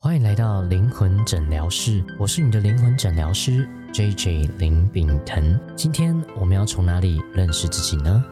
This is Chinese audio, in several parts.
欢迎来到灵魂诊疗室，我是你的灵魂诊疗师 J J 林炳腾。今天我们要从哪里认识自己呢？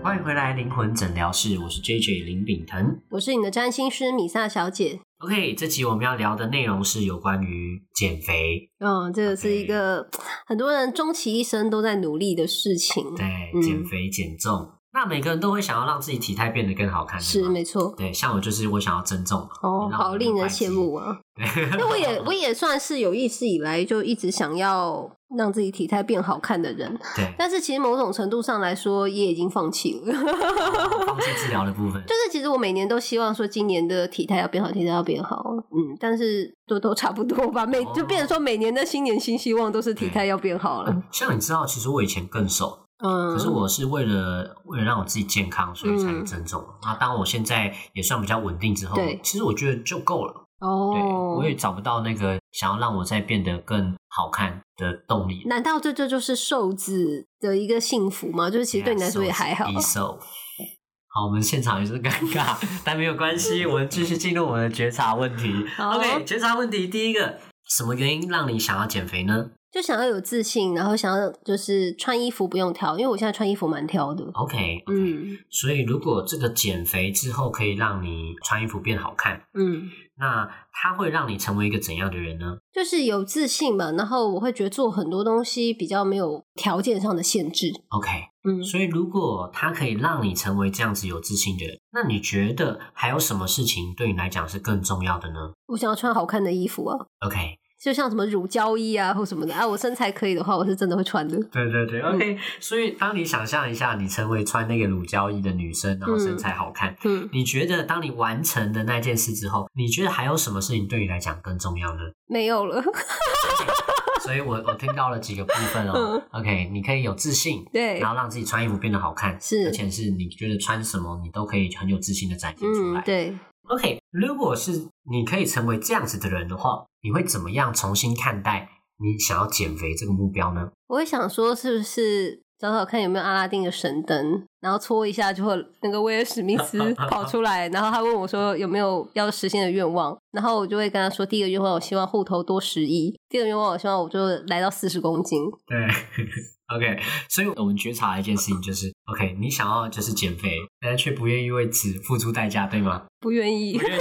欢迎回来灵魂诊疗室，我是 J J 林炳腾。我是你的占星师米萨小姐。 OK，这集我们要聊的内容是有关于减肥，嗯，这个是一个很多人终其一生都在努力的事情。对，啊嗯减肥减重。那每个人都会想要让自己体态变得更好看，对是吗没错。对，像我就是我想要增重嘛，哦，让我好令的人外肌羡。慕 啊！ 对，那我也我也算是有意识以来就一直想要让自己体态变好看的人，对，但是其实某种程度上来说，也已经放弃了。 放弃治疗的部分。就是其实我每年都希望说今年的体态要变好，体态要变好，嗯，但是都都差不多吧，每就变成说每年的新年新希望都是体态要变好了。像你知道，其实我以前更瘦，嗯，嗯可是我是为了为了让我自己健康，所以才嗯增重。那当我现在也算比较稳定之后对，其实我觉得就够了。对，哦，我也找不到那个想要让我再变得更好看的动力。难道这这就是瘦子的一个幸福吗？就是其实对你来说也还好。 Yeah, so it's easy. 好，我们现场也是尴尬，但没有关系，我们继续进入我们的觉察问题。好 OK，觉察问题第一个，什么原因让你想要减肥呢 就想要有自信，然后想要就是穿衣服不用挑，因为我现在穿衣服蛮挑的。 ？OK，嗯所以如果这个减肥之后可以让你穿衣服变好看，嗯，那它会让你成为一个怎样的人呢？就是有自信嘛，然后我会觉得做很多东西比较没有条件上的限制。 OK，嗯，所以如果它可以让你成为这样子有自信的人，那你觉得还有什么事情对你来讲是更重要的呢我想要穿好看的衣服啊， ？OK，就像什么乳胶衣啊或什么的啊，我身材可以的话，我是真的会穿的。嗯对对对，OK、所嗯以当你想象一下，你成为穿那个乳胶衣的女生，然后身材好看，嗯，你觉得当你完成的那件事之后，你觉得还有什么事情对你来讲更重要呢？没有了。 所以我我听到了几个部分哦。OK，你可以有自信，对然，后让自己穿衣服变得好看，是而且是你觉得穿什么，你都可以很有自信的展现出来。嗯，对。 OK，如果是你可以成为这样子的人的话，你会怎么样重新看待你想要减肥这个目标呢？我会想说，是不是找找看有没有阿拉丁的神灯，然后搓一下就会那个威尔史密斯跑出来，然后他问我说有没有要实现的愿望，然后我就会跟他说，第一个愿望我希望户头多十亿，第二个愿望我希望我就来到四十公斤，对 ，OK，所以我们觉察一件事情就是，OK，你想要就是减肥，但是却不愿意为此付出代价，对吗？不愿 意不。愿意。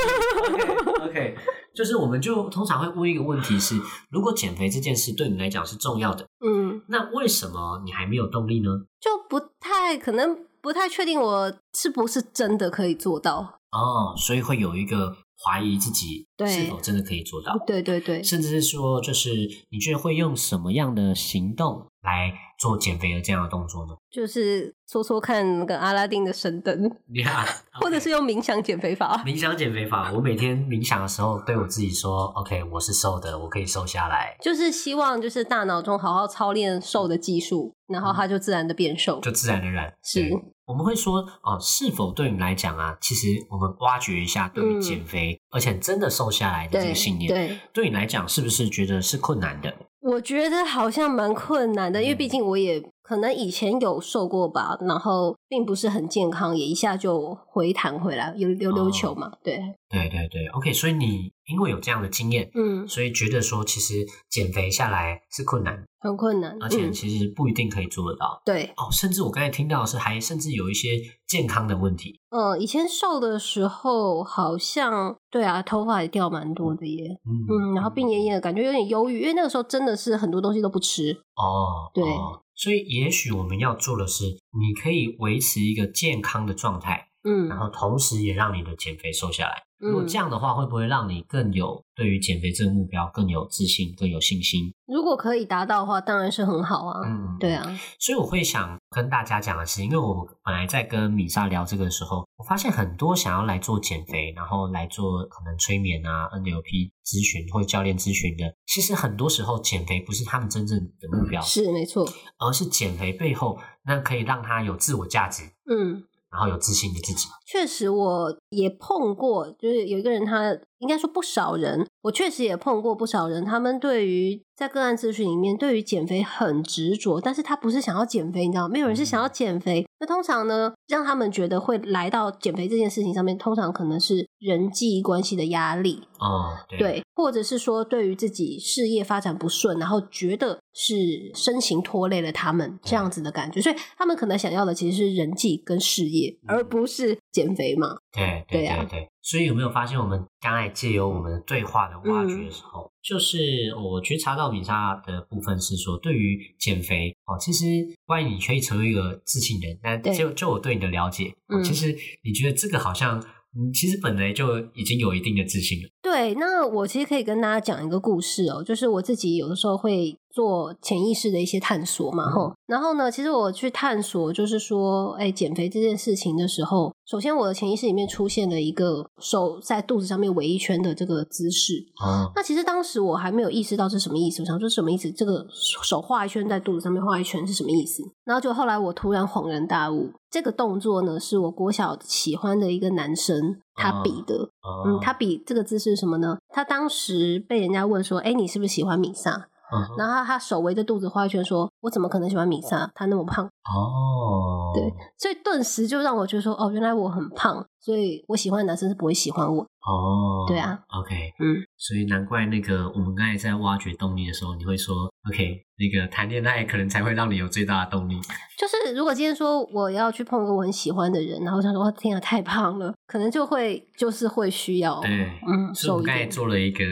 OK，, o k 就是我们就通常会问一个问题是：如果减肥这件事对你来讲是重要的，嗯，那为什么你还没有动力呢？就不太可能，不太确定我是不是真的可以做到。哦，所以会有一个怀疑自己对是否真的可以做到。对对对，甚至是说，就是你觉得会用什么样的行动来做减肥的这样的动作呢？就是搓搓看那个阿拉丁的神灯，你看， 或者是用冥想减肥法。冥想减肥法。我每天冥想的时候，对我自己说：“OK，我是瘦的，我可以瘦下来。就是希望就是大脑中好好操练瘦的技术，然后它嗯就自然的变瘦”。就自然而然是对我们会说哦、是否对你来讲啊？其实我们挖掘一下对于嗯减肥、而且真的瘦下来的这对个信念，对，对你来讲是不是觉得是困难的？我觉得好像蛮困难的，因为嗯毕竟我也可能以前有瘦过吧，然后并不是很健康，也一下就回弹回来，有溜溜哦球嘛。对，对对对，OK，所以你因为有这样的经验，嗯，所以觉得说其实减肥下来是困难，很困难。而且嗯、其实不一定可以做得到。对，哦，甚至我刚才听到的是，还甚至有一些健康的问题。嗯，以前瘦的时候好像对啊，头发也掉蛮多的耶。嗯嗯，然后病恹恹的感觉有点忧郁，因为那个时候真的是很多东西都不吃。哦，对哦所以也许我们要做的是，你可以维持一个健康的状态，嗯然，后同时也让你的减肥瘦下来。如果嗯这样的话，会不会让你更有对于减肥这个目标更有自信、更有信心？如果可以达到的话，当然是很好啊。嗯，对。啊，所以我会想跟大家讲的是，因为我本来在跟米莎聊这个的时候，我发现很多想要来做减肥，然后来做可能催眠啊、NLP 咨询或者教练咨询的，其实很多时候减肥不是他们真正的目标，是没错。而是减肥背后那可以让他有自我价值，嗯，然后有自信的自己。确实我也碰过，就是有一个人他，应该说不少人，我确实也碰过不少人，他们对于在个案咨询里面，对于减肥很执着，但是他不是想要减肥，你知道吗，没有人是想要减肥，那通常呢，让他们觉得会来到减肥这件事情上面，通常可能是人际关系的压力，哦，对，对，或者是说对于自己事业发展不顺，然后觉得是身形拖累了他们这样子的感觉，所以他们可能想要的其实是人际跟事业，嗯而不是减肥嘛。对对啊对对，所以有没有发现我们刚才借由我们的对话的挖掘的时嗯候，就是哦我觉察到米莎的部分是说，对于减肥哦，其实万一你可以成为一个自信人，但对就就我对你的了解，哦嗯其实你觉得这个好像你其实本来就已经有一定的自信了，对，那我其实可以跟大家讲一个故事哦，就是我自己有的时候会做潜意识的一些探索嘛，吼、然后呢，其实我去探索，就是说，哎，减肥这件事情的时候，首先我的潜意识里面出现了一个手在肚子上面围一圈的这个姿势，哦，那其实当时我还没有意识到是什么意思，我想说什么意思？这个手画一圈在肚子上面画一圈是什么意思？然后就后来我突然恍然大悟，这个动作呢是我国小喜欢的一个男生他比的，哦嗯，他比这个姿势是什么呢？他当时被人家问说：“哎，你是不是喜欢米莎？”嗯然后他他手围着肚子画一圈，说：“我怎么可能喜欢米莎？她那么胖。哦，对，所以顿时就让我觉得说：“哦，原来我很胖，所以我喜欢的男生是不会喜欢我。哦，对啊，OK，嗯，所以难怪那个我们刚才在挖掘动力的时候，你会说，OK，那个谈恋爱可能才会让你有最大的动力，”就是如果今天说我要去碰一个我很喜欢的人，然后我想说：“哇，天啊，太胖了！”可能就会就是会需要对，嗯所以我瘦们一刚才点。做了一个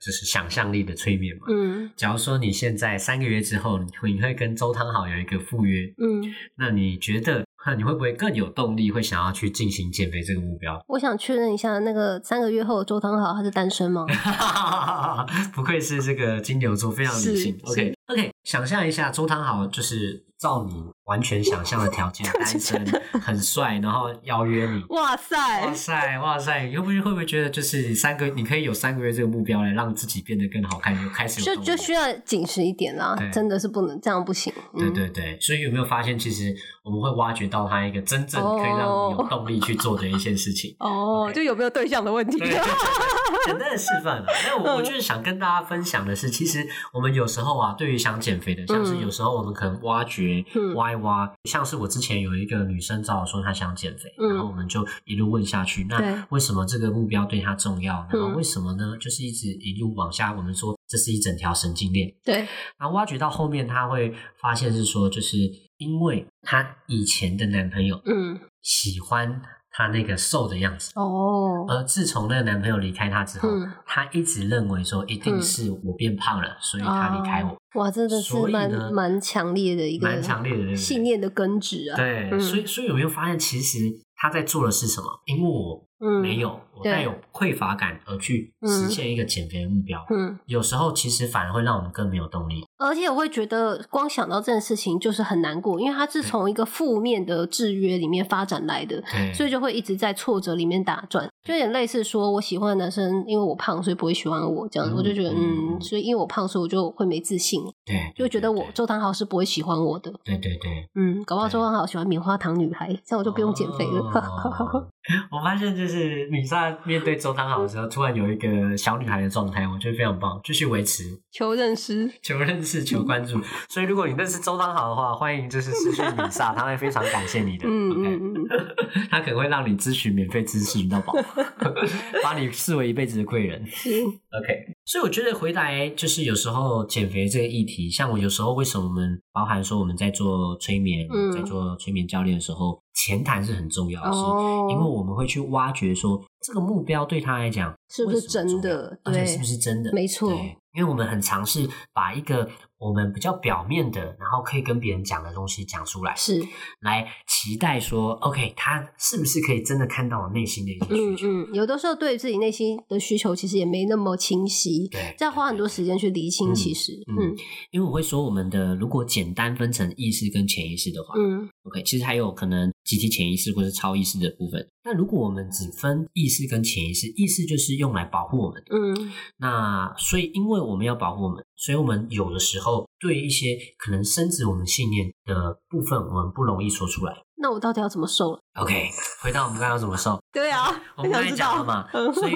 就是想象力的催眠嘛。嗯假如说你现在三个月之后，你会你会跟周汤好有一个赴约，嗯，那你觉得哈你会不会更有动力，会想要去进行减肥这个目标？ 我想确认一下，那个三个月后的周汤豪他是单身吗？ 不愧是这个金牛座，非常理性。是 OK OK，想象一下周汤豪就是照你完全想象的条件， 我单就觉身得，很帅，然后邀约你。哇塞 哇塞哇塞！你会不会会不会觉得就是三个，你可以有三个月这个目标来让自己变得更好看，有开始有就动力就需要紧实一点啦对，真的是不能这样不行。对嗯、。对对，所以有没有发现，其实我们会挖掘到他一个真正可以让你有动力去做的一件事情哦 OK 就有没有 对嗯象的问题啊对，简单的示范了。那我我就是想跟大家分享的是，其实我们有时候啊，对于想减肥的，像是有时候我们可能挖掘、嗯挖一挖，像是我之前有一个女生找我说她想减肥，嗯然后我们就一路问下去，对那为什么这个目标对她重要？然后嗯为什么呢？就是一直一路往下，我们说这是一整条神经链。对，然后挖掘到后面，她会发现是说，就是因为她以前的男朋友嗯，喜欢她那个瘦的样子，哦，而呃自从那个男朋友离开她之后，嗯她一直认为说一定是我变胖了，所以他离开我，啊哇，哦真的是所以蛮呢蛮强烈的一个蛮强烈的对不对信念的根植啊。对，嗯所以所以有没有发现，其实她在做的是什么？因为我嗯，没，有，我对带有匮乏感而去实现一个减肥的目标，嗯，有时候其实反而会让我们更没有动力。而且我会觉得光想到这件事情就是很难过，因为它嗯是从一个负面的制约里面发展来的。对，所以就会一直在挫折里面打嗯转，就有点类似说，我喜欢的男生因为我胖，所以不会喜欢我这样，嗯我就觉得嗯嗯，所以因为我胖，所以我就会没自信，对，就觉得我做，周汤豪是不会喜欢我的。对对对。嗯，搞不好对周汤豪喜欢棉花糖女孩，这样我就不用减肥了。哦我发现就是米莎面对周汤豪的时候，突然有一个小女孩的状态，我觉得非常棒，继续维持， 求认识，求认识，求关 注。所以如果你认识周汤豪的话，欢迎就是私讯米莎，她会非常感谢你的。嗯 OK，嗯嗯，她可能会让你咨询免费咨询 到饱，把你视为一辈子的贵人。是， OK，所以我觉得回来就是有时候减肥这个议题，像我有时候为什么我们包含说我们在做催眠，嗯在做催眠教练的时候，前谈是很重要的事，哦因为我们会去挖掘说这个目标对他来讲是不是为什么真重要的而且对是不是真的，没错对因为我们很尝试把一个我们比较表面的，然后可以跟别人讲的东西讲出来，是，来期待说，OK，他是不是可以真的看到我内心的一些需嗯求？嗯，有的时候对自己内心的需求其实也没那么清晰，对，这要花很多对时间去厘清。其实，嗯嗯因为我会说，我们的如果简单分成意识跟潜意识的话、嗯 o k 其实还有可能集体潜意识或是超意识的部分。那如果我们只分意识跟潜意识，意识就是用来保护我们的。嗯，那所以，因为我们要保护我们，所以我们有的时候对一些可能深植我们信念的部分，我们不容易说出来。那我到底要怎么瘦？ OK，回到我们刚刚怎么瘦，对啊， 我很们刚想才知讲道了嘛，嗯，所以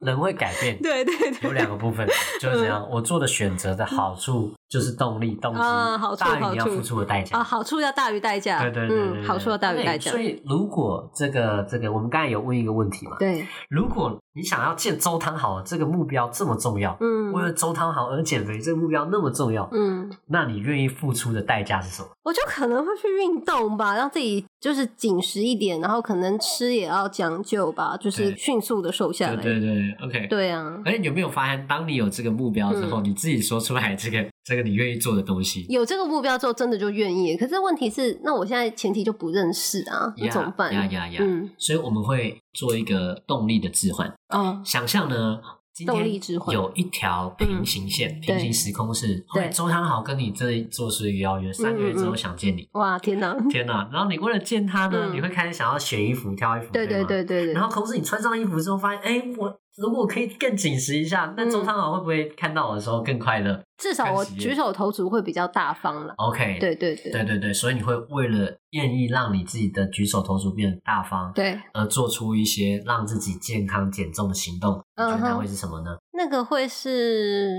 人会改变 对嗯对有对，两个部分，就是这样。我做的选择的好处就是动力、动机啊好处大于你要好处付出的代价啊，。好处要大于代价，对对对对对嗯，好处要大于代价所，以如果这个这个，我们刚才有问一个问题嘛，对，如果你想要健周汤好这个目标这么重要，嗯为了周汤好而减肥这个目标那么重要，嗯，那你愿意付出的代价是什么？我就可能会去运动吧，让自己就是紧实一点，然后可能吃也要讲究吧，就是对迅速的瘦下来。对，OK。对啊，哎，你有没有发现，当你有这个目标之后，嗯你自己说出来这个这个你愿意做的东西，有这个目标之后，真的就愿意。可是问题是，那我现在前提就不认识啊，那呀怎么办？呀呀呀！嗯，所以我们会做一个动力的置换。哦，想象呢，今动力置天换嗯有一条平行线，平行时空是，后来周汤豪跟你这做出一个邀约，三个嗯月之后想见你，哇，天哪！天哪！然后你为了见他呢，嗯你会开始想要选衣服、挑衣服，对对对吗。对对对，然后同时你穿上衣服之后，发现，哎，我如果可以更紧实一下，那嗯周汤豪会不会看到我的时候更快乐至少我看实验举手投足会比较大方了。 ？OK，对对对对对对，所以你会为了愿意让你自己的举手投足变得大方，对，而做出一些让自己健康减重的行动，你觉得嗯哼它会是什么呢？那个会是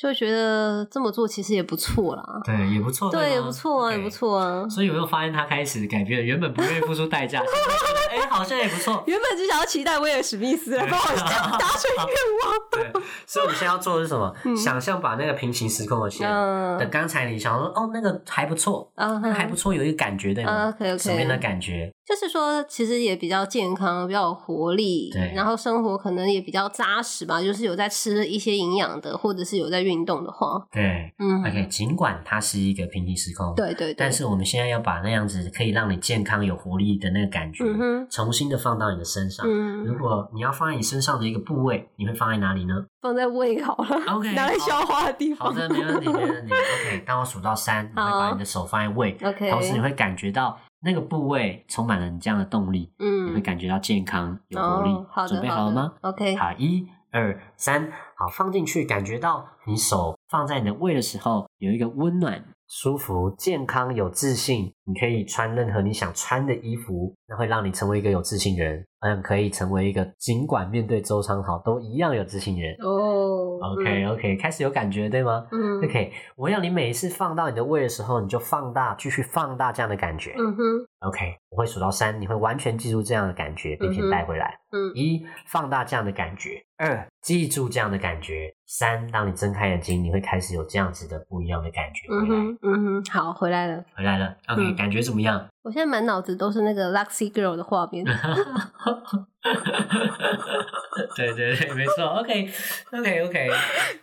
就觉得这么做其实也不错啦。哦对，也不错，对，吗也不错啊，对也不错啊。所以有没有发现他开始改变了？原本不愿意付出代价，现在觉得哎、好像也不错。原本只想要期待威尔史密斯来 帮我达成愿对，所以我们现在要做的是什么？嗯想象把那个平行时空的线，望。等刚才你想说哦，那个还不错，嗯，那还不错，有一个感觉对啊吗？ ，OK，OK 什么样的感觉？就是说，其实也比较健康，比较有活力对，然后生活可能也比较扎实吧。就是有在吃一些营养的，或者是有在运动的话，对嗯， ，OK，尽管它是一个平行时空，，对对对，但是我们现在要把那样子可以让你健康有活力的那个感觉，嗯哼重新的放到你的身上。如嗯，果你要放在你身上的一个部位，你会放在哪里呢？放在胃好了 OK，拿来消化的地好方。的，没问题，没问题。OK，当我数到三，你会把你的手放在胃， OK，同时你会感觉到那个部位充满了你这样的动力，你会嗯，感觉到健康有活力。哦，好的，准备好了吗？的？OK，好，一二三，好，放进去，感觉到你手放在你的胃的时候，有一个温暖、舒服、健康、有自信。你可以穿任何你想穿的衣服，那会让你成为一个有自信的人，嗯，可以成为一个尽管面对周长好都一样有自信的人。哦 OK OK，开始有感觉对吗？嗯 OK，我要你每一次放到你的胃的时候，你就放大，继续放大这样的感觉。嗯哼， OK，我会数到三，你会完全记住这样的感觉，并且带回来。嗯一，放大这样的感觉；二，记住这样的感觉；三，当你睁开眼睛，你会开始有这样子的不一样的感觉回嗯来。哼，嗯哼，好，回来了。回来了，OK，、嗯感觉怎么样？ 我现在满脑子都是那个 Luxy Girl 的画面。对对对，没错。OK OK OK，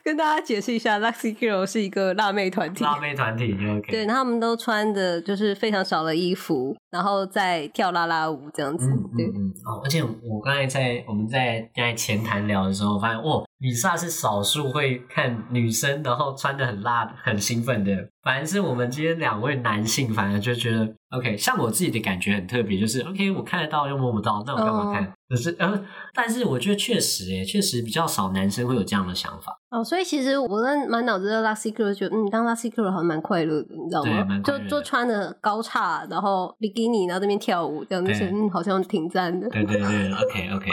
跟大家解释一下，Luxy Girl 是一个辣妹团体。辣妹团体 OK。对，然后他们都穿的就是非常少的衣服，然后再跳啦啦舞这样子。嗯嗯对，嗯，哦，而且我刚才在我们在刚才前谈聊的时候，我发现哇，米萨是少数会看女生，然后穿的很辣、很兴奋的。反而是我们今天两位男性，反而就觉得 OK。像我自己的感觉很特别，就是 OK，我看得到又摸不到，那我干嘛看？哦可是呃，但是我觉得确实、欸，确实比较少男生会有这样的想法。哦，所以其实我在满脑子的 Luxy Girl 觉得，嗯，当 Luxy Girl 好像蛮快乐的，你知道对吗蛮？快就乐的就穿的高叉，然后比基尼，然后这边跳舞这样子，对嗯，好像挺赞的。对对对，OK OK，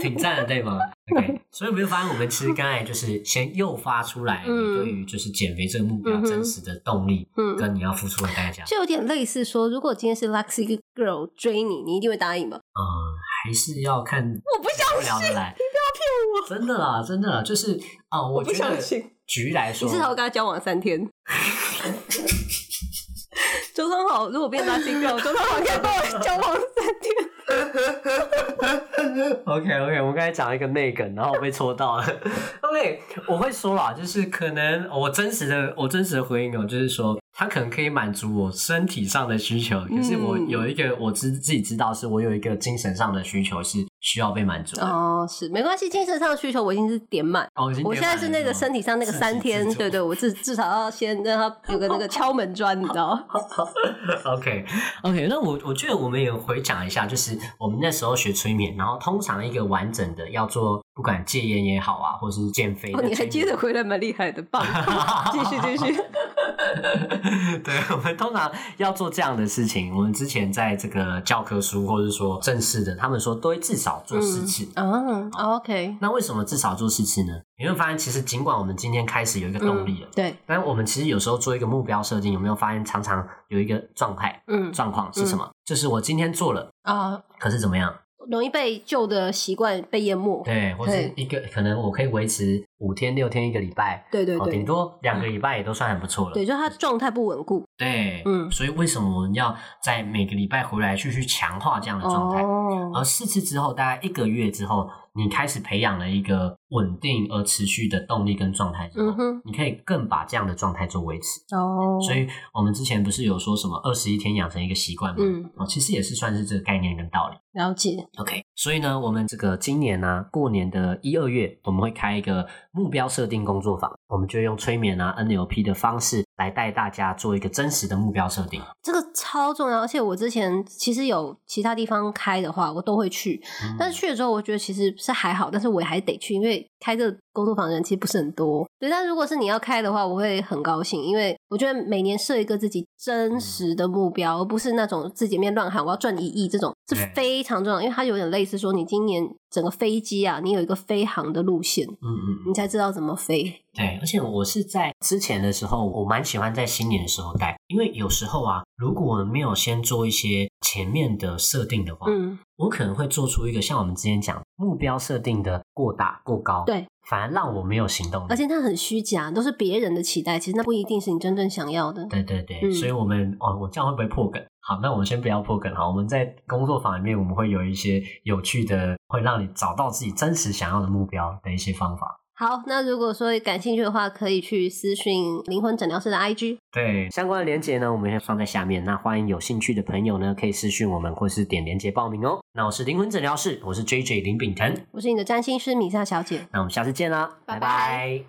挺 赞的，对吗？OK，所以有没有发现我们其实刚才就是先诱发出来你嗯对于就是减肥这个目标嗯哼真实的动力，嗯跟你要付出的代价，就有点类似说，如果今天是 Luxy Girl 追你，你一定会答应吧？嗯，还是要看我不相不信聊，得来，真的啦，真的啦，就是啊、呃我觉不得相信局来你说，至少跟他交往三天。 周汤豪如果变大金狗，周汤豪可以帮我交往三天。 OK OK，我刚才讲了一个内梗，然后我被戳到了。OK，我会说啦，就是可能我真实的我真实的回应哦，就是说它可能可以满足我身体上的需求，可是我嗯有一个我知自己知道是我有一个精神上的需求是需要被满足的。哦，是没关系，精神上的需求我已经是点满。哦，已经我现在是那个身体上那个三天，对对，我至至少要先让他有个那个敲门砖，你知道吗？ OK OK，那我我觉得我们也回讲一下，就是我们那时候学催眠，然后通常一个完整的要做不管戒烟也好啊，或是减肥的哦，催眠、你还接得回来，蛮厉害的，棒！ 继续继续， 对，我们通常要做这样的事情。我们之前在这个教科书或者说正式的，他们说都会至少做四次。嗯啊，OK，那为什么至少做四次呢？你会发现，其实尽管我们今天开始有一个动力了，嗯对，但我们其实有时候做一个目标设定，有没有发现常常有一个状态嗯状况是什么？就是我今天做了，啊，可是怎么样？容易被旧的习惯被淹没，对，或是一个可能我可以维持五天六天一个礼拜，对对哦，顶对，多两个礼拜也都算很不错了。对，就他状态不稳固，对，嗯所以为什么我们要在每个礼拜回来去去强化这样的状态？哦，而四次之后，大概一个月之后，你开始培养了一个稳定而持续的动力跟状态之后，嗯哼，你可以更把这样的状态做维持。哦，所以我们之前不是有说什么二十一天养成一个习惯吗？嗯，哦，其实也是算是这个概念跟道理。了解， OK，所以呢，我们这个今年呢、啊过年的一二月，我们会开一个目标设定工作坊，我们就用催眠啊 NLP 的方式来带大家做一个真实的目标设定。这个超重要，而且我之前其实有其他地方开的话，我都会去，嗯但是去了之后，我觉得其实是还好，但是我还得去，因为开这个工作坊的人其实不是很多。对，但如果是你要开的话，我会很高兴，因为我觉得每年设一个自己嗯真实的目标，而不是那种自己面乱喊我要赚一亿这种，是对非常重要，因为它有点类似说你今年整个飞机啊，你有一个飞航的路线，嗯嗯嗯，你才知道怎么飞。对，而且我是在之前的时候，我蛮喜欢在新年的时候带，因为有时候啊，如果我们没有先做一些前面的设定的话，嗯，我可能会做出一个像我们之前讲目标设定的过大过高，对，反而让我没有行动力。而且它很虚假，都是别人的期待，其实那不一定是你真正想要的。对对对，嗯所以我们哦，我这样会不会破梗？好，那我们先不要破梗好，我们在工作坊里面我们会有一些有趣的，会让你找到自己真实想要的目标的一些方法。好，那如果说感兴趣的话，可以去私讯灵魂诊疗师的 IG。对，相关的连接呢，我们也会放在下面。那欢迎有兴趣的朋友呢，可以私讯我们，或是点连接报名哦。那我是灵魂诊疗室，我是 J J 林炳腾，我是你的占星师米夏小姐。那我们下次见啦，拜拜拜拜